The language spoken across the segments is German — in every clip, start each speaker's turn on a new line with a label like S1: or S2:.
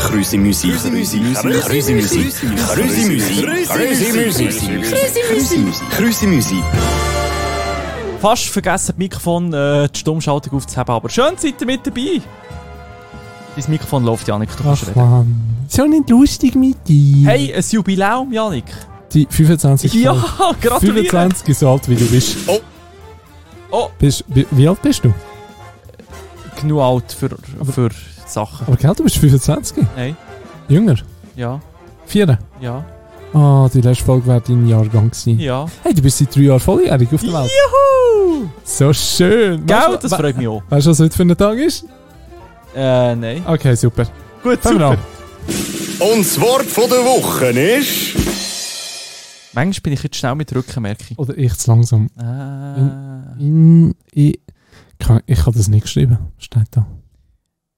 S1: Krüsi Müsi. Krüsi Müsi. Krüsi Müsi. Krüsi Müsi. Krüsi Müsi. Krüsi Müsi. Krüsi Müsi.
S2: Fast vergessen, das Mikrofon, äh, die Stummschaltung aufzuheben, aber schön seid ihr mit dabei. Dein Mikrofon läuft, Janik, du kannst
S3: Ach
S2: reden.
S3: Mann. So nicht lustig mit dir.
S2: Hey, ein Jubiläum, Janik.
S3: Die 25
S2: Ja,
S3: Folge.
S2: gratuliere.
S3: 25 ist so alt, wie du bist.
S1: Oh.
S2: Oh.
S3: Bist, wie, wie alt bist du?
S2: Genug alt für, für Sachen.
S3: Aber gell, du bist 25.
S2: Nein,
S3: Jünger.
S2: ja,
S3: Vier.
S2: ja,
S3: Ah, die letzte Folge wäre dein Jahrgang gewesen.
S2: ja.
S3: Hey, du bist seit drei Jahren volljährig auf der Welt.
S2: Juhu!
S3: So schön.
S2: Gell,
S3: Weißt du,
S2: das freut mich auch.
S3: we- Weißt du, was heute für ein Tag ist?
S2: Äh, nein.
S3: Okay, super.
S2: Gut,
S3: Fangen wir Ah, an.
S1: Und das Wort von der Woche ist...
S2: Manchmal bin ich jetzt schnell mit Rückenmerkung.
S3: Oder ich zu langsam.
S2: Äh,
S3: In, ich, kann, ich habe das nicht geschrieben. Steht da.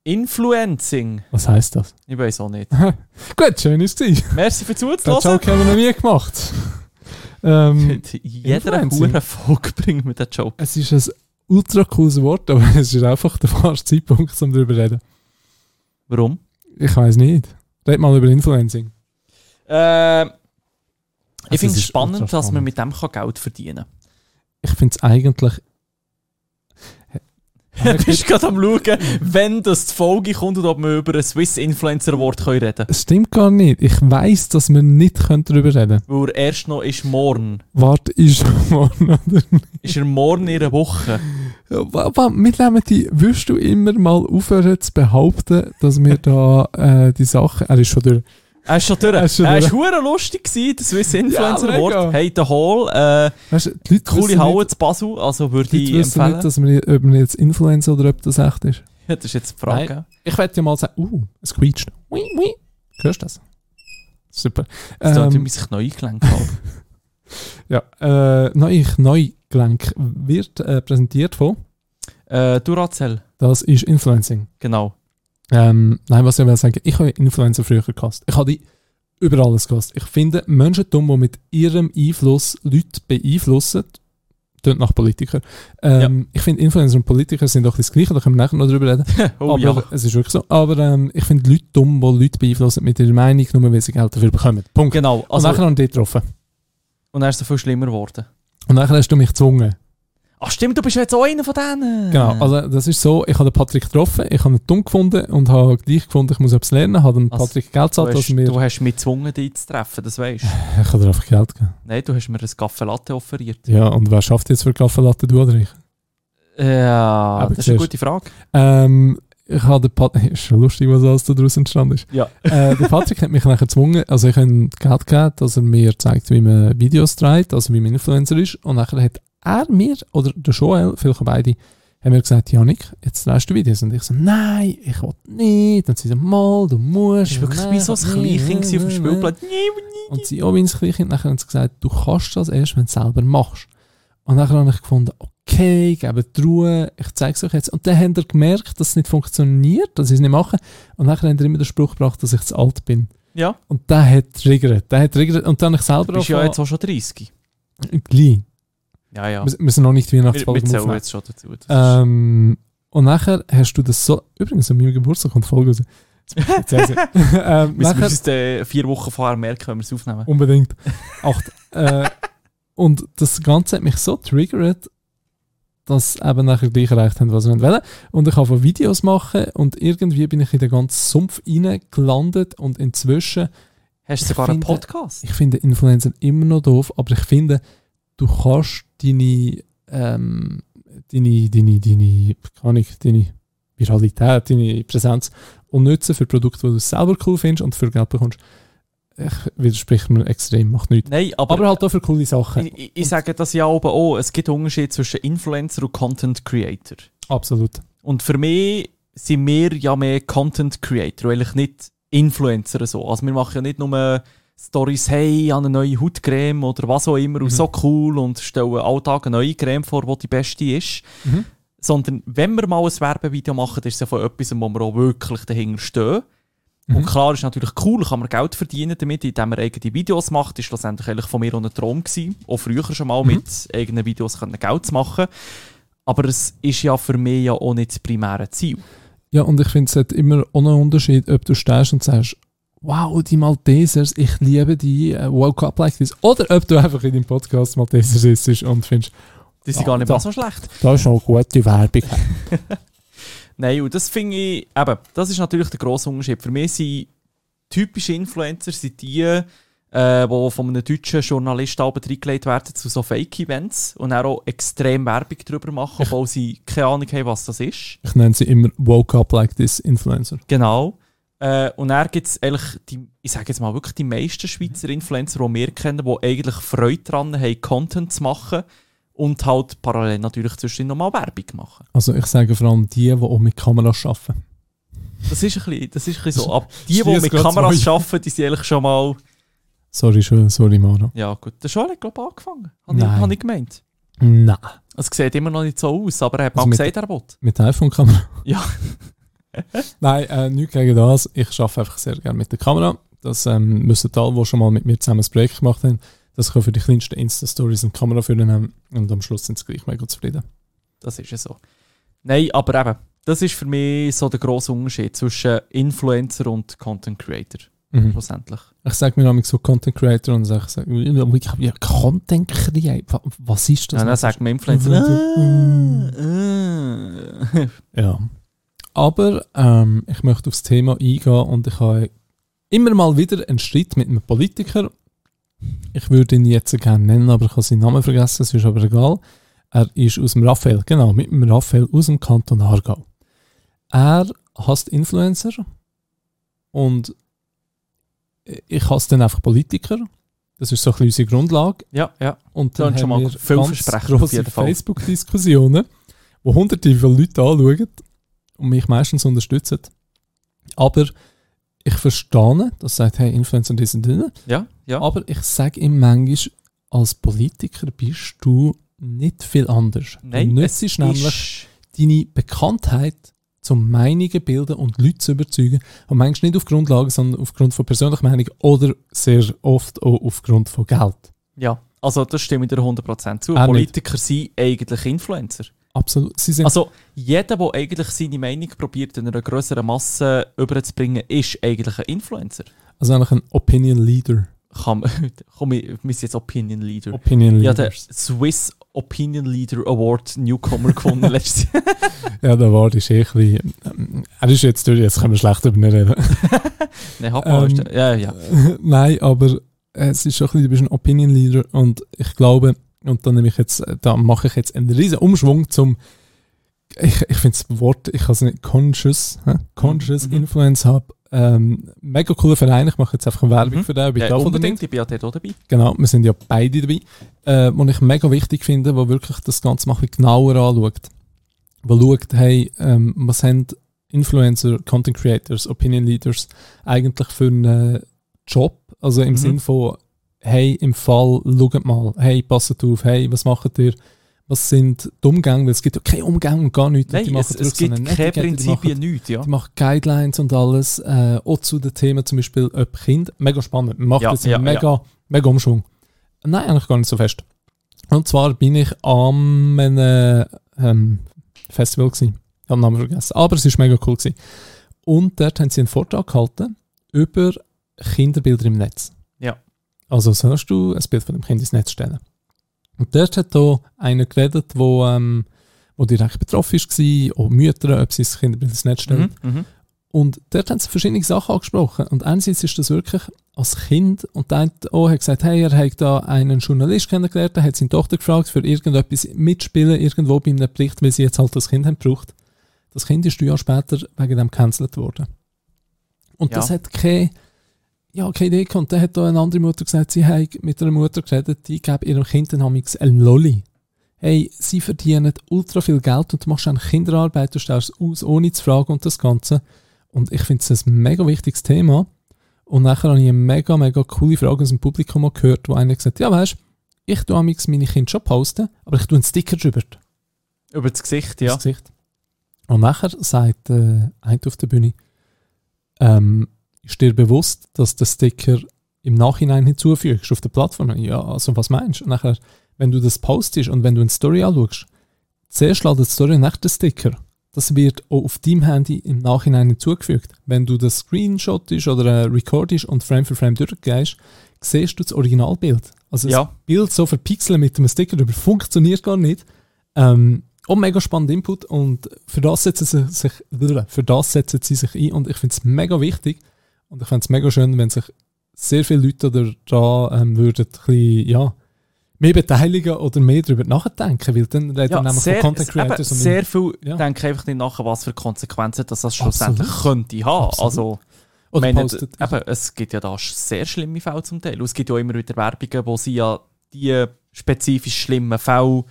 S2: Äh, Influencing.
S3: Was heisst das?
S2: Ich weiß auch nicht.
S3: Gut, schön ist es.
S2: Merci für
S3: Das
S2: Zuzuhören.
S3: Joke haben wir noch nie gemacht. ähm,
S2: Jeder
S3: Influencing.
S2: hure Folge bringt mir den Joke.
S3: es ist ein ultra cooles Wort, aber es ist einfach der falsche Zeitpunkt, um darüber zu reden.
S2: Warum?
S3: Ich weiß nicht. Red mal über Influencing.
S2: Äh, ich
S3: Also,
S2: finde es
S3: es ist
S2: spannend,
S3: ultra
S2: dass man
S3: spannend.
S2: mit dem kann Geld verdienen
S3: Ich finde es eigentlich.
S2: kann. Du bist gerade am schauen, wenn das die Folge kommt und ob wir über ein Swiss Influencer Award können reden
S3: Es stimmt gar nicht. Ich weiß, dass wir nicht können darüber reden können.
S2: Weil er erst noch ist morgen.
S3: Warte, ist morgen, oder?
S2: Ist er morgen in einer Woche.
S3: Wa- wa- Wir leben die. Würdest du immer mal aufhören zu behaupten, dass wir da äh, die Sachen. Er ist schon durch.
S2: Er ist schon durch.
S3: Er
S2: Er
S3: ist schon durch.
S2: war hure lustig, gewesen, der Swiss Influencer Award.
S3: mega.
S2: hey, der Hall, äh,
S3: Weißt, du, die Leute
S2: coole
S3: wissen nicht-
S2: Halle zu Basel, also würde
S3: Die
S2: ich
S3: Leute wissen
S2: empfehlen.
S3: nicht, dass man, ob man jetzt Influencer oder ob das echt ist.
S2: das ist jetzt die Frage.
S3: Nein. Ich werde ja mal sagen, uh, es quietscht. Ui, ui. Hörst du das? Super.
S2: Das hat
S3: Ähm,
S2: mich sich neu eingelenkt. haben.
S3: ja, äh, neu, Neugelenk wird äh, präsentiert von,
S2: äh, Duracell,
S3: das ist Influencing.
S2: genau.
S3: Ähm, nein, was ich will sagen, ich habe Influencer früher gehasst. Ich habe die über alles gehasst. Ich finde, Menschen dumm, die mit ihrem Einfluss Leute beeinflussen, tönt nach Politiker. Ähm, Ich finde, Influencer und Politiker sind doch das Gleiche, da können wir nachher noch drüber reden.
S2: Oh
S3: aber
S2: ja.
S3: es ist wirklich so. Aber ähm, ich finde Leute dumm, die Leute beeinflussen mit ihrer Meinung, nur weil sie Geld dafür bekommen. Punkt.
S2: Genau.
S3: und
S2: Also,
S3: nachher haben die getroffen.
S2: und er ist so viel schlimmer geworden.
S3: Und nachher hast du mich gezwungen.
S2: Ach stimmt, du bist jetzt auch einer von denen.
S3: Genau, also das ist so, ich habe den Patrick getroffen, ich habe ihn dumm gefunden und habe gleich gefunden, ich muss etwas lernen, habe dem
S2: Also,
S3: Patrick Geld
S2: du
S3: gezahlt,
S2: hast,
S3: dass er mir...
S2: du hast mich gezwungen, dich zu treffen, das weißt du.
S3: Ich habe dir einfach Geld gegeben.
S2: Nein, du hast mir ein Kaffee Latte offeriert.
S3: Ja, und wer schafft jetzt für Kaffee Latte, du oder ich?
S2: Ja,
S3: Aber
S2: das ist eine
S3: siehst-
S2: gute Frage.
S3: Ähm, ich habe den Patrick... Ist schon lustig, was alles da daraus entstanden ist.
S2: Ja.
S3: Äh, der Patrick hat mich nachher gezwungen, also ich habe ihm Geld gegeben, dass er mir zeigt, wie man Videos dreht, also wie man Influencer ist. Und nachher hat er mir, oder der Joel, vielleicht auch beide, haben mir gesagt, Janik, jetzt drehst du Videos. Und ich so, nein, ich will nicht. Und sie so, mal, du musst.
S2: Das war wirklich
S3: Nein,
S2: wie so ein
S3: nein,
S2: Kleinkind
S3: nein,
S2: gewesen auf dem
S3: nein,
S2: Spielplatz.
S3: nein. Und sie auch wie ein Kleinkind, nachher haben sie gesagt, du kannst das erst, wenn du es selber machst. Und nachher habe ich gefunden, okay, gebt Ruhe, ich zeige es euch jetzt. Und dann haben sie gemerkt, dass es nicht funktioniert, dass sie es nicht machen. Und nachher haben sie immer den Spruch gebracht, dass ich zu alt bin.
S2: Ja,
S3: Und der hat triggert. Der hat triggert. Und dann habe ich
S2: du
S3: selber
S2: bist ja
S3: angefangen-
S2: jetzt auch schon 30.
S3: Gleich.
S2: Ja, ja.
S3: Wir, wir sind noch nicht die
S2: Wir, wir
S3: Weihnachtsfolge
S2: zählen
S3: aufnehmen.
S2: jetzt schon dazu. Das ist-
S3: Ähm, und nachher hast du das so... Übrigens, an meinem Geburtstag kommt die Folge raus. Jetzt weiß ich. ähm,
S2: Müssen wir
S3: nachher,
S2: es äh, vier Wochen vorher merken, wenn wir es aufnehmen.
S3: unbedingt. Acht. Äh, und das Ganze hat mich so triggert, dass eben nachher gleich erreicht haben, was wir wollen. Und ich habe von Videos machen und irgendwie bin ich in den ganzen Sumpf reingelandet und inzwischen
S2: Hast du
S3: Ich
S2: sogar einen
S3: finde-
S2: Podcast?
S3: ich finde Influencer immer noch doof, aber ich finde, du kannst deine, ähm, deine, deine, deine, keine Ahnung, deine Viralität, deine Präsenz und nutzen für Produkte, die du selber cool findest und für Geld bekommst. Ich widerspricht mir extrem, macht nichts.
S2: Nein, aber, Äh,
S3: Aber halt auch für coole Sachen.
S2: ich, ich, ich sage das ja oben auch. Es gibt einen Unterschied zwischen Influencer und Content Creator.
S3: Absolut.
S2: Und für mich sind wir ja mehr Content Creator, eigentlich nicht Influencer so. Also wir machen ja nicht nur Stories, hey, ich habe eine neue Hautcreme oder was auch immer,
S3: Mhm.
S2: und so cool und stellen alle Tage eine neue Creme vor, die die beste ist.
S3: Mhm.
S2: Sondern wenn wir mal ein Werbevideo machen, dann ist es ja von etwas, wo wir auch wirklich dahinter stehen.
S3: Mhm.
S2: Und klar ist natürlich cool, kann man Geld verdienen damit, indem man eigene Videos macht. Das war schlussendlich eigentlich von mir auch ein Traum. Gewesen. Auch früher schon
S3: Mhm.
S2: mal mit eigenen Videos können Geld zu machen. Aber es ist ja für mich ja auch nicht das primäre Ziel.
S3: Ja, und ich finde, es hat immer ohne Unterschied, ob du stehst und sagst, wow, die Maltesers, ich liebe die, äh, woke up like this. Oder ob du einfach in deinem Podcast Maltesers sitzt und findest,
S2: Die sind gar nicht mal so schlecht.
S3: da ist noch gute Werbung.
S2: Nein, und das finde ich, eben, das ist natürlich der grosse Unterschied. Für mich sind typische Influencer sind die, äh, die von einem deutschen Journalisten abend reingelegt werden zu so Fake-Events und dann auch extrem Werbung darüber machen, obwohl sie keine Ahnung haben, was das ist.
S3: Ich nenne sie immer woke up like this Influencer.
S2: Genau. Äh, und dann gibt es eigentlich, die, ich sage jetzt mal wirklich die meisten
S3: Mhm.
S2: Schweizer Influencer, die wir kennen, die eigentlich Freude daran haben, Content zu machen und halt parallel natürlich zwischendurch nochmal Werbung machen.
S3: Also ich sage vor allem die, die auch mit Kameras arbeiten.
S2: Das ist ein bisschen, das ist ein bisschen so. Ab die, die
S3: Schliess
S2: mit
S3: geht's
S2: Kameras
S3: weiter.
S2: arbeiten, die sind eigentlich schon mal.
S3: Sorry, Schule, sorry Mara.
S2: Ja, gut. Der Joel hat, glaube ich, angefangen. Habe ich,
S3: Nein.
S2: hab ich gemeint.
S3: Nein.
S2: Es sieht immer noch nicht so aus, aber er hat
S3: Also
S2: mal
S3: mit-
S2: gesagt, er will.
S3: Mit der iPhone-Kamera?
S2: Ja.
S3: Nein, äh, nichts gegen das. Ich arbeite einfach sehr gerne mit der Kamera. Das ähm, müssen alle, die schon mal mit mir zusammen ein Projekt gemacht haben, das können für die kleinsten Insta-Stories eine Kamera führen haben und am Schluss sind sie gleich mega zufrieden.
S2: Das ist ja so. Nein, aber eben, das ist für mich so der grosse Unterschied zwischen Influencer und Content Creator.
S3: Mhm.
S2: Schlussendlich.
S3: Ich sage mir nämlich so Content Creator und sage, sag, ich habe ja Content Creator. Wa- Was ist das?
S2: Und dann sagt man Influencer. Ah, äh, äh.
S3: Ja. Aber ähm, ich möchte aufs Thema eingehen und ich habe immer mal wieder einen Streit mit einem Politiker. Ich würde ihn jetzt gerne nennen, aber ich habe seinen Namen vergessen, es ist aber egal. Er ist aus dem Raphael, genau, mit dem Raphael aus dem Kanton Aargau. Er hasst Influencer und äh, ich hasse dann einfach Politiker. Das ist so ein bisschen unsere Grundlage.
S2: ja, ja.
S3: Und
S2: Klingt
S3: dann
S2: schon
S3: haben
S2: mal
S3: wir
S2: vielversprechend auf
S3: große
S2: jeden Fall.
S3: Facebook-Diskussionen, wo hunderte von Leuten anschauen und mich meistens unterstützen. Aber ich verstehe, nicht, dass sagt, hey, Influencer und diese drin.
S2: Ja, ja.
S3: Aber ich sage ihm manchmal, als Politiker bist du nicht viel anders.
S2: Nein,
S3: du nützt nämlich
S2: Ist-
S3: deine Bekanntheit zum Meinungen bilden und Leute zu überzeugen. Und manchmal nicht auf Grundlage, sondern aufgrund von persönlicher Meinung oder sehr oft auch aufgrund von Geld.
S2: Ja, also das stimme ich dir 100% zu.
S3: Auch nicht.
S2: Politiker sind eigentlich Influencer.
S3: Absolut. Sie sind
S2: Also jeder, der eigentlich seine Meinung probiert, in einer größeren Masse überzubringen, ist eigentlich ein Influencer.
S3: Also eigentlich ein Opinion Leader.
S2: Kann man, komm, wir wir sind jetzt Opinion Leader.
S3: Opinion
S2: Ja, der
S3: Leaders.
S2: Swiss Opinion Leader Award Newcomer gewonnen letztes Jahr.
S3: Ja, der Ward ist eh ein bisschen, ähm, Er ist jetzt durch, jetzt können wir schlecht über ihn reden.
S2: Nein, hat mal.
S3: Ähm,
S2: ist der- ja, ja.
S3: Nein, aber es ist schon ein bisschen, du bist ein Opinion Leader und ich glaube, und da nehme ich jetzt, äh, da mache ich jetzt einen riesen Umschwung zum ich, ich finde das Wort, ich kann es nicht, Conscious, hä? Conscious
S2: Mhm.
S3: Influence Hub. Ähm, mega cooler Verein, ich mache jetzt einfach Werbung
S2: Mhm.
S3: für den, ob ich
S2: ja
S3: darf oder nicht.
S2: unbedingt, ich bin ja dort auch dabei.
S3: Genau, wir sind ja beide dabei. Äh, was ich mega wichtig finde, wo wirklich das Ganze mal ein bisschen genauer anschaut. Wo schaut, hey, ähm, was haben Influencer, Content Creators, Opinion Leaders eigentlich für einen Job? Also im
S2: Mhm.
S3: Sinn von, hey, im Fall, schaut mal, hey, passet auf, hey, was macht ihr? Was sind die Umgänge? Weil es gibt ja keine Umgänge und gar nichts. und
S2: Nein, es,
S3: wirklich
S2: es
S3: so
S2: gibt
S3: eine
S2: keine
S3: Netiquette, die machen-
S2: Prinzipien, nichts. Ja.
S3: die macht Guidelines und alles, äh, auch zu den Themen zum Beispiel ob Kind. Mega spannend. Man Macht
S2: Ja,
S3: jetzt einen
S2: ja,
S3: mega, mega Umschwung. Nein, eigentlich gar nicht so fest. Und zwar bin ich am einem, ähm, Festival gewesen. Ich habe den Namen vergessen. Aber es war mega cool. Gewesen. Und dort haben sie einen Vortrag gehalten über Kinderbilder im Netz.
S2: Ja.
S3: Also sollst du ein Bild von dem Kind ins Netz stellen. Und dort hat da einer geredet, wo, ähm, wo direkt betroffen war, auch Mütter, ob sie das Kinderbild ins Netz stellen.
S2: Mhm, mhm.
S3: Und dort haben sie verschiedene Sachen angesprochen. Und einerseits ist das wirklich als Kind. Und der eine auch hat gesagt, hey, er hat da einen Journalist kennengelernt, der hat seine Tochter gefragt, für irgendetwas mitspielen, irgendwo bei einem Bericht, weil sie jetzt halt das Kind haben gebraucht. Das Kind ist drei Jahre später wegen dem gecancelt worden. Und
S2: Ja.
S3: das hat keine, ja, keine Idee gehabt. Und dann hat da eine andere Mutter gesagt, sie hat mit einer Mutter geredet, die gab ihrem Kind dann namens einen Lolli. Hey, sie verdienen ultra viel Geld und du machst eine Kinderarbeit, du stellst es aus, ohne zu fragen und das Ganze. Und ich finde es ein mega wichtiges Thema. Und nachher habe ich eine mega, mega coole Frage aus dem Publikum auch gehört, wo einer gesagt hat, ja weißt, ich tue amix meine Kinder schon posten, aber ich tue einen Sticker drüber.
S2: Über das Gesicht,
S3: das
S2: ja.
S3: Gesicht. Und nachher sagt äh, einer auf der Bühne, ähm, ist dir bewusst, dass du den Sticker im Nachhinein hinzufügst auf der Plattform? Ja, also was meinst du? Und nachher, wenn du das postest und wenn du eine Story anschaust, zuerst ladet die Story nach den Sticker. das wird auch auf deinem Handy im Nachhinein hinzugefügt. Wenn du das Screenshotest oder äh, recordest und Frame für Frame durchgehst, siehst du das Originalbild. Also das
S2: Ja.
S3: Bild so verpixeln mit einem Sticker drüber funktioniert gar nicht. Ähm, auch mega spannender Input und für das setzen sie sich, für das setzen sie sich ein und ich finde es mega wichtig und ich fände es mega schön, wenn sich sehr viele Leute da- da ähm, würden ein bisschen, ja, mehr beteiligen oder mehr darüber nachdenken, weil dann reden wir nämlich von Content
S2: eben,
S3: Creators
S2: sehr viel
S3: Ja.
S2: denken einfach nicht nach, was für Konsequenzen das, das schlussendlich
S3: Absolut.
S2: könnte haben.
S3: Absolut.
S2: Also, ich
S3: oder
S2: meine,
S3: postet.
S2: eben, es gibt ja da sch- sehr schlimme Fälle zum Teil. Und Es gibt ja auch immer wieder Werbungen, wo sie ja die spezifisch schlimmen Fälle,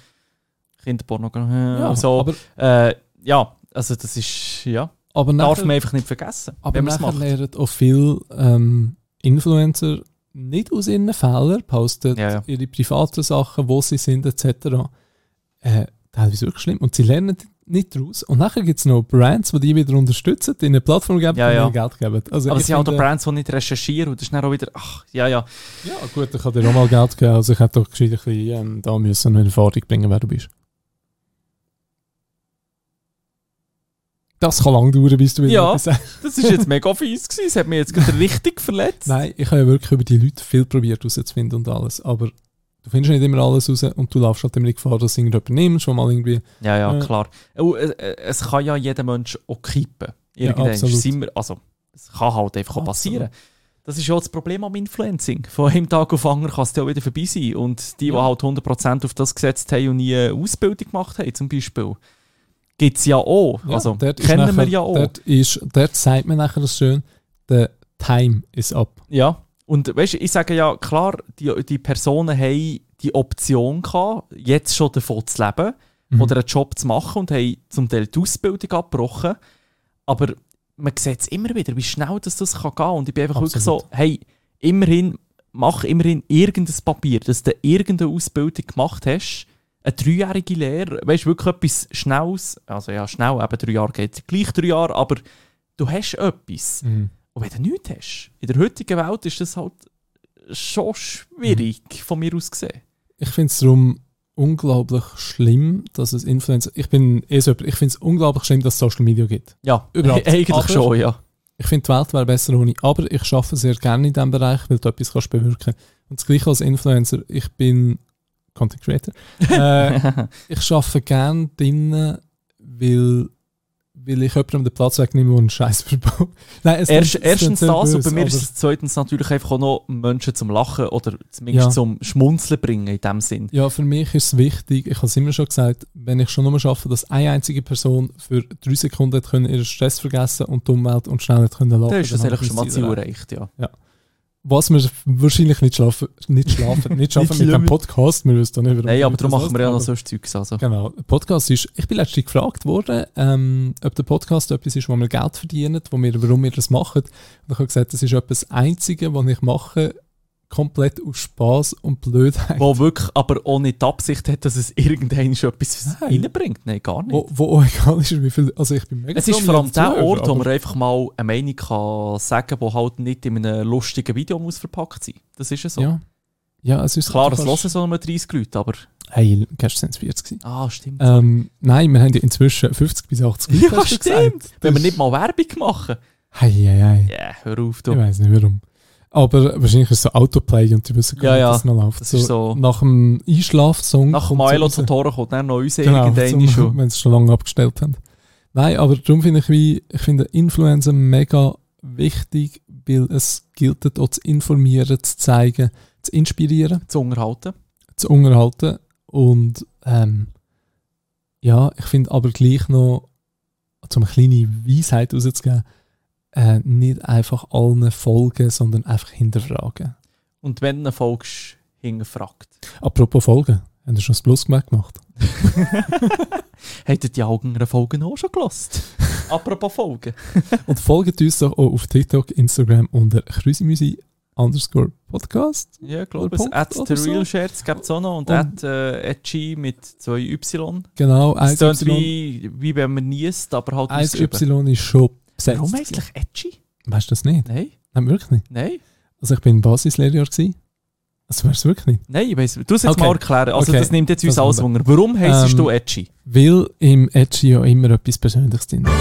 S2: Kinderpornografie
S3: Ja,
S2: und so,
S3: aber,
S2: äh, ja, also das ist, ja,
S3: aber
S2: darf
S3: nachher,
S2: man einfach nicht vergessen,
S3: aber
S2: wenn man es
S3: nachher
S2: macht.
S3: lernen auch viele ähm, Influencer nicht aus ihren Fehlern, posten
S2: Ja, ja.
S3: ihre privaten Sachen, wo sie sind, etc. Äh, teilweise wirklich schlimm. Und sie lernen nicht daraus. Und nachher gibt es noch Brands, die die wieder unterstützen, die ihnen eine Plattform geben
S2: Ja,
S3: und
S2: ja.
S3: ihnen Geld geben. Also
S2: Aber
S3: ich
S2: es sind auch
S3: finde-
S2: Brands, die nicht recherchieren und das ist dann auch wieder, ach, ja, ja.
S3: Ja, gut, ich habe dir auch mal Geld gegeben. Also ich hätte doch gescheit ein bisschen ähm, da müssen in Erfahrung bringen, wer du bist. Das kann lang dauern, bis du wieder
S2: Ja.
S3: etwas sagst.
S2: Das ist jetzt mega fies gewesen, es hat mich jetzt gerade richtig verletzt.
S3: Nein, ich habe ja wirklich über die Leute viel probiert herauszufinden und alles. Aber du findest nicht immer alles raus und du laufst halt immer die Gefahr, dass irgendjemand nimmst, wo mal irgendwie...
S2: Ja, ja,
S3: Ja.
S2: klar. Oh, äh, äh, Es kann ja jeder Mensch auch kippen. Irgendwann
S3: absolut.
S2: sind wir, also es kann halt einfach auch
S3: Absolut.
S2: passieren. Das ist ja auch das Problem am Influencing. Von einem Tag auf den anderen kann es ja auch wieder vorbei sein. Und die, die
S3: Ja.
S2: halt 100% auf das gesetzt haben und nie eine Ausbildung gemacht haben, zum Beispiel, gibt es ja auch.
S3: Ja,
S2: also
S3: dort ist
S2: kennen wir
S3: nachher-
S2: ja auch.
S3: Dort, ist, dort sagt man nachher das schön, der Time ist ab.
S2: Ja. Und weißt du, ich sage ja, klar, die, die Personen haben die Option gehabt, jetzt schon davon zu leben
S3: Mhm.
S2: oder einen Job zu machen und haben zum Teil die Ausbildung abgebrochen. Aber man sieht es immer wieder, wie schnell das, das kann gehen. Und ich bin einfach
S3: Absolut.
S2: wirklich so, hey, immerhin, mach immerhin irgendein Papier, dass du irgendeine Ausbildung gemacht hast. Eine dreijährige Lehre, weißt du, wirklich etwas Schnelles. Also ja, schnell, eben drei Jahre geht es gleich drei Jahre, aber du hast etwas.
S3: Mhm.
S2: Und wenn du nichts hast, in der heutigen Welt ist das halt schon schwierig,
S3: Mhm.
S2: von mir aus gesehen.
S3: Ich finde es darum unglaublich schlimm, dass es Influencer. Ich bin eh so jemand, ich finde es unglaublich schlimm, dass es Social Media gibt.
S2: Ja,
S3: Überhaupt.
S2: eigentlich
S3: Aber-
S2: schon, ja.
S3: Ich finde, die Welt wäre besser ohne. Aber ich schaffe sehr gerne in diesem Bereich, weil du etwas kannst bewirken Und das gleiche als Influencer. Ich bin Content Creator. Äh, ich schaffe gerne drinnen, weil, weil ich jemandem den Platz wegnehme und einen Scheiß verbau. Nein,
S2: Erst,
S3: es klingt- es klingt
S2: erstens
S3: sehr
S2: das und bei
S3: böse,
S2: mir ist
S3: aber-
S2: es zweitens natürlich einfach auch noch Menschen zum Lachen oder zumindest
S3: Ja.
S2: zum Schmunzeln bringen in dem Sinn.
S3: Ja, für mich ist es wichtig, ich habe es immer schon gesagt, wenn ich schon nur schaffe, dass eine einzige Person für drei Sekunden hat können ihren Stress vergessen und die Umwelt und schnell hat können lachen
S2: Da ist das
S3: dann habe
S2: eigentlich
S3: ich
S2: schon
S3: mein
S2: mal Ziel
S3: Ziel erreicht.
S2: erreicht, ja.
S3: Was wir wahrscheinlich nicht schlafen, nicht schlafen, nicht schaffen mit dem
S2: schaffen.
S3: Podcast, wir wissen da nicht, warum
S2: Nein, aber
S3: das
S2: darum machen wir ja noch
S3: aber-
S2: so Zeugs. Also.
S3: Genau, Podcast ist, ich bin letztens gefragt worden, ähm, ob der Podcast etwas ist, wo wir Geld verdienen, wo wir, warum wir das machen. Und ich habe gesagt, das ist etwas das Einzige, was ich mache, komplett aus Spaß und Blödheit.
S2: Wo wirklich aber auch nicht die Absicht hat, dass es irgendein etwas
S3: Nein.
S2: reinbringt. Nein, gar nicht.
S3: Wo, wo auch egal ist, wie viel. Also ich bin mega
S2: Es ist
S3: froh,
S2: vor allem
S3: mir
S2: der
S3: zuhören,
S2: Ort, wo
S3: aber-
S2: man einfach mal eine Meinung kann sagen kann, die halt nicht in einem lustigen Video muss verpackt sein Das ist ja so.
S3: Ja. ja, es ist
S2: Klar,
S3: du
S2: es hören
S3: kannst-
S2: so nur 30 Leute, aber...
S3: Hey, gestern waren es 40. gewesen.
S2: Ah, stimmt.
S3: Ähm, nein, wir haben ja inzwischen 50 bis 80
S2: Ja,
S3: hast du gesagt.
S2: stimmt.
S3: Das
S2: Wenn wir
S3: ist-
S2: nicht mal Werbung machen.
S3: Hey, hey, hey.
S2: Ja, hör auf,
S3: Ich
S2: du.
S3: weiß nicht warum. Aber wahrscheinlich ist es so Autoplay und die wissen
S2: Ja,
S3: gar nicht,
S2: ja.
S3: dass es noch läuft.
S2: Das ist so-
S3: Nach dem Einschlafsong.
S2: Nach
S3: Hm? kommt
S2: Milo
S3: so
S2: zu Tore kommt dann noch uns
S3: Genau,
S2: irgendeine schon.
S3: wenn sie es schon lange abgestellt haben. Nein, aber darum finde ich, wie, ich finde Influencer mega wichtig, weil es gilt auch zu informieren, zu zeigen, zu inspirieren,
S2: Zu unterhalten.
S3: zu unterhalten und ähm, ja, ich finde aber gleich noch, um eine kleine Weisheit rauszugeben, äh, nicht einfach allen folgen, sondern einfach hinterfragen.
S2: Und wenn du folgst, hingefragt.
S3: Apropos folgen, haben Sie schon das Plus gemacht?
S2: Hättet die Augen einer Folge auch schon gelost? Apropos Folgen.
S3: Und folgt uns doch auch auf TikTok, Instagram unter chrüsimüsi underscore Podcast.
S2: Ja,
S3: Oder
S2: glaube es.
S3: Punkt
S2: At
S3: oder
S2: the
S3: so.
S2: Real Shirts gibt es auch noch. Und,
S3: Und-
S2: at äh, at G mit zwei Y.
S3: Genau,
S2: Es klingt
S3: 1Y,
S2: wie, wie wenn man niest, aber halt ausgeschrieben.
S3: 1Y ist schon besetzt.
S2: Warum eigentlich edgy?
S3: Weißt du das nicht?
S2: Nein,
S3: Nein, wirklich nicht.
S2: nein.
S3: Also ich bin Basislehrjahr gsi Das wäre es wirklich nicht.
S2: Nein, ich weiss, du es jetzt
S3: Okay.
S2: mal erklären. Also,
S3: Okay.
S2: das nimmt jetzt uns
S3: Das
S2: alles Wunder. Warum heisst
S3: Ähm,
S2: du Edgy?
S3: Weil im Edgy ja immer etwas Persönliches drin ist.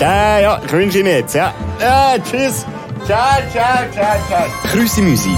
S1: Ja, ja, ich wünsche Ihnen jetzt, ja. Ja, tschüss. Ciao, ciao, ciao, ciao. Grüße Musik.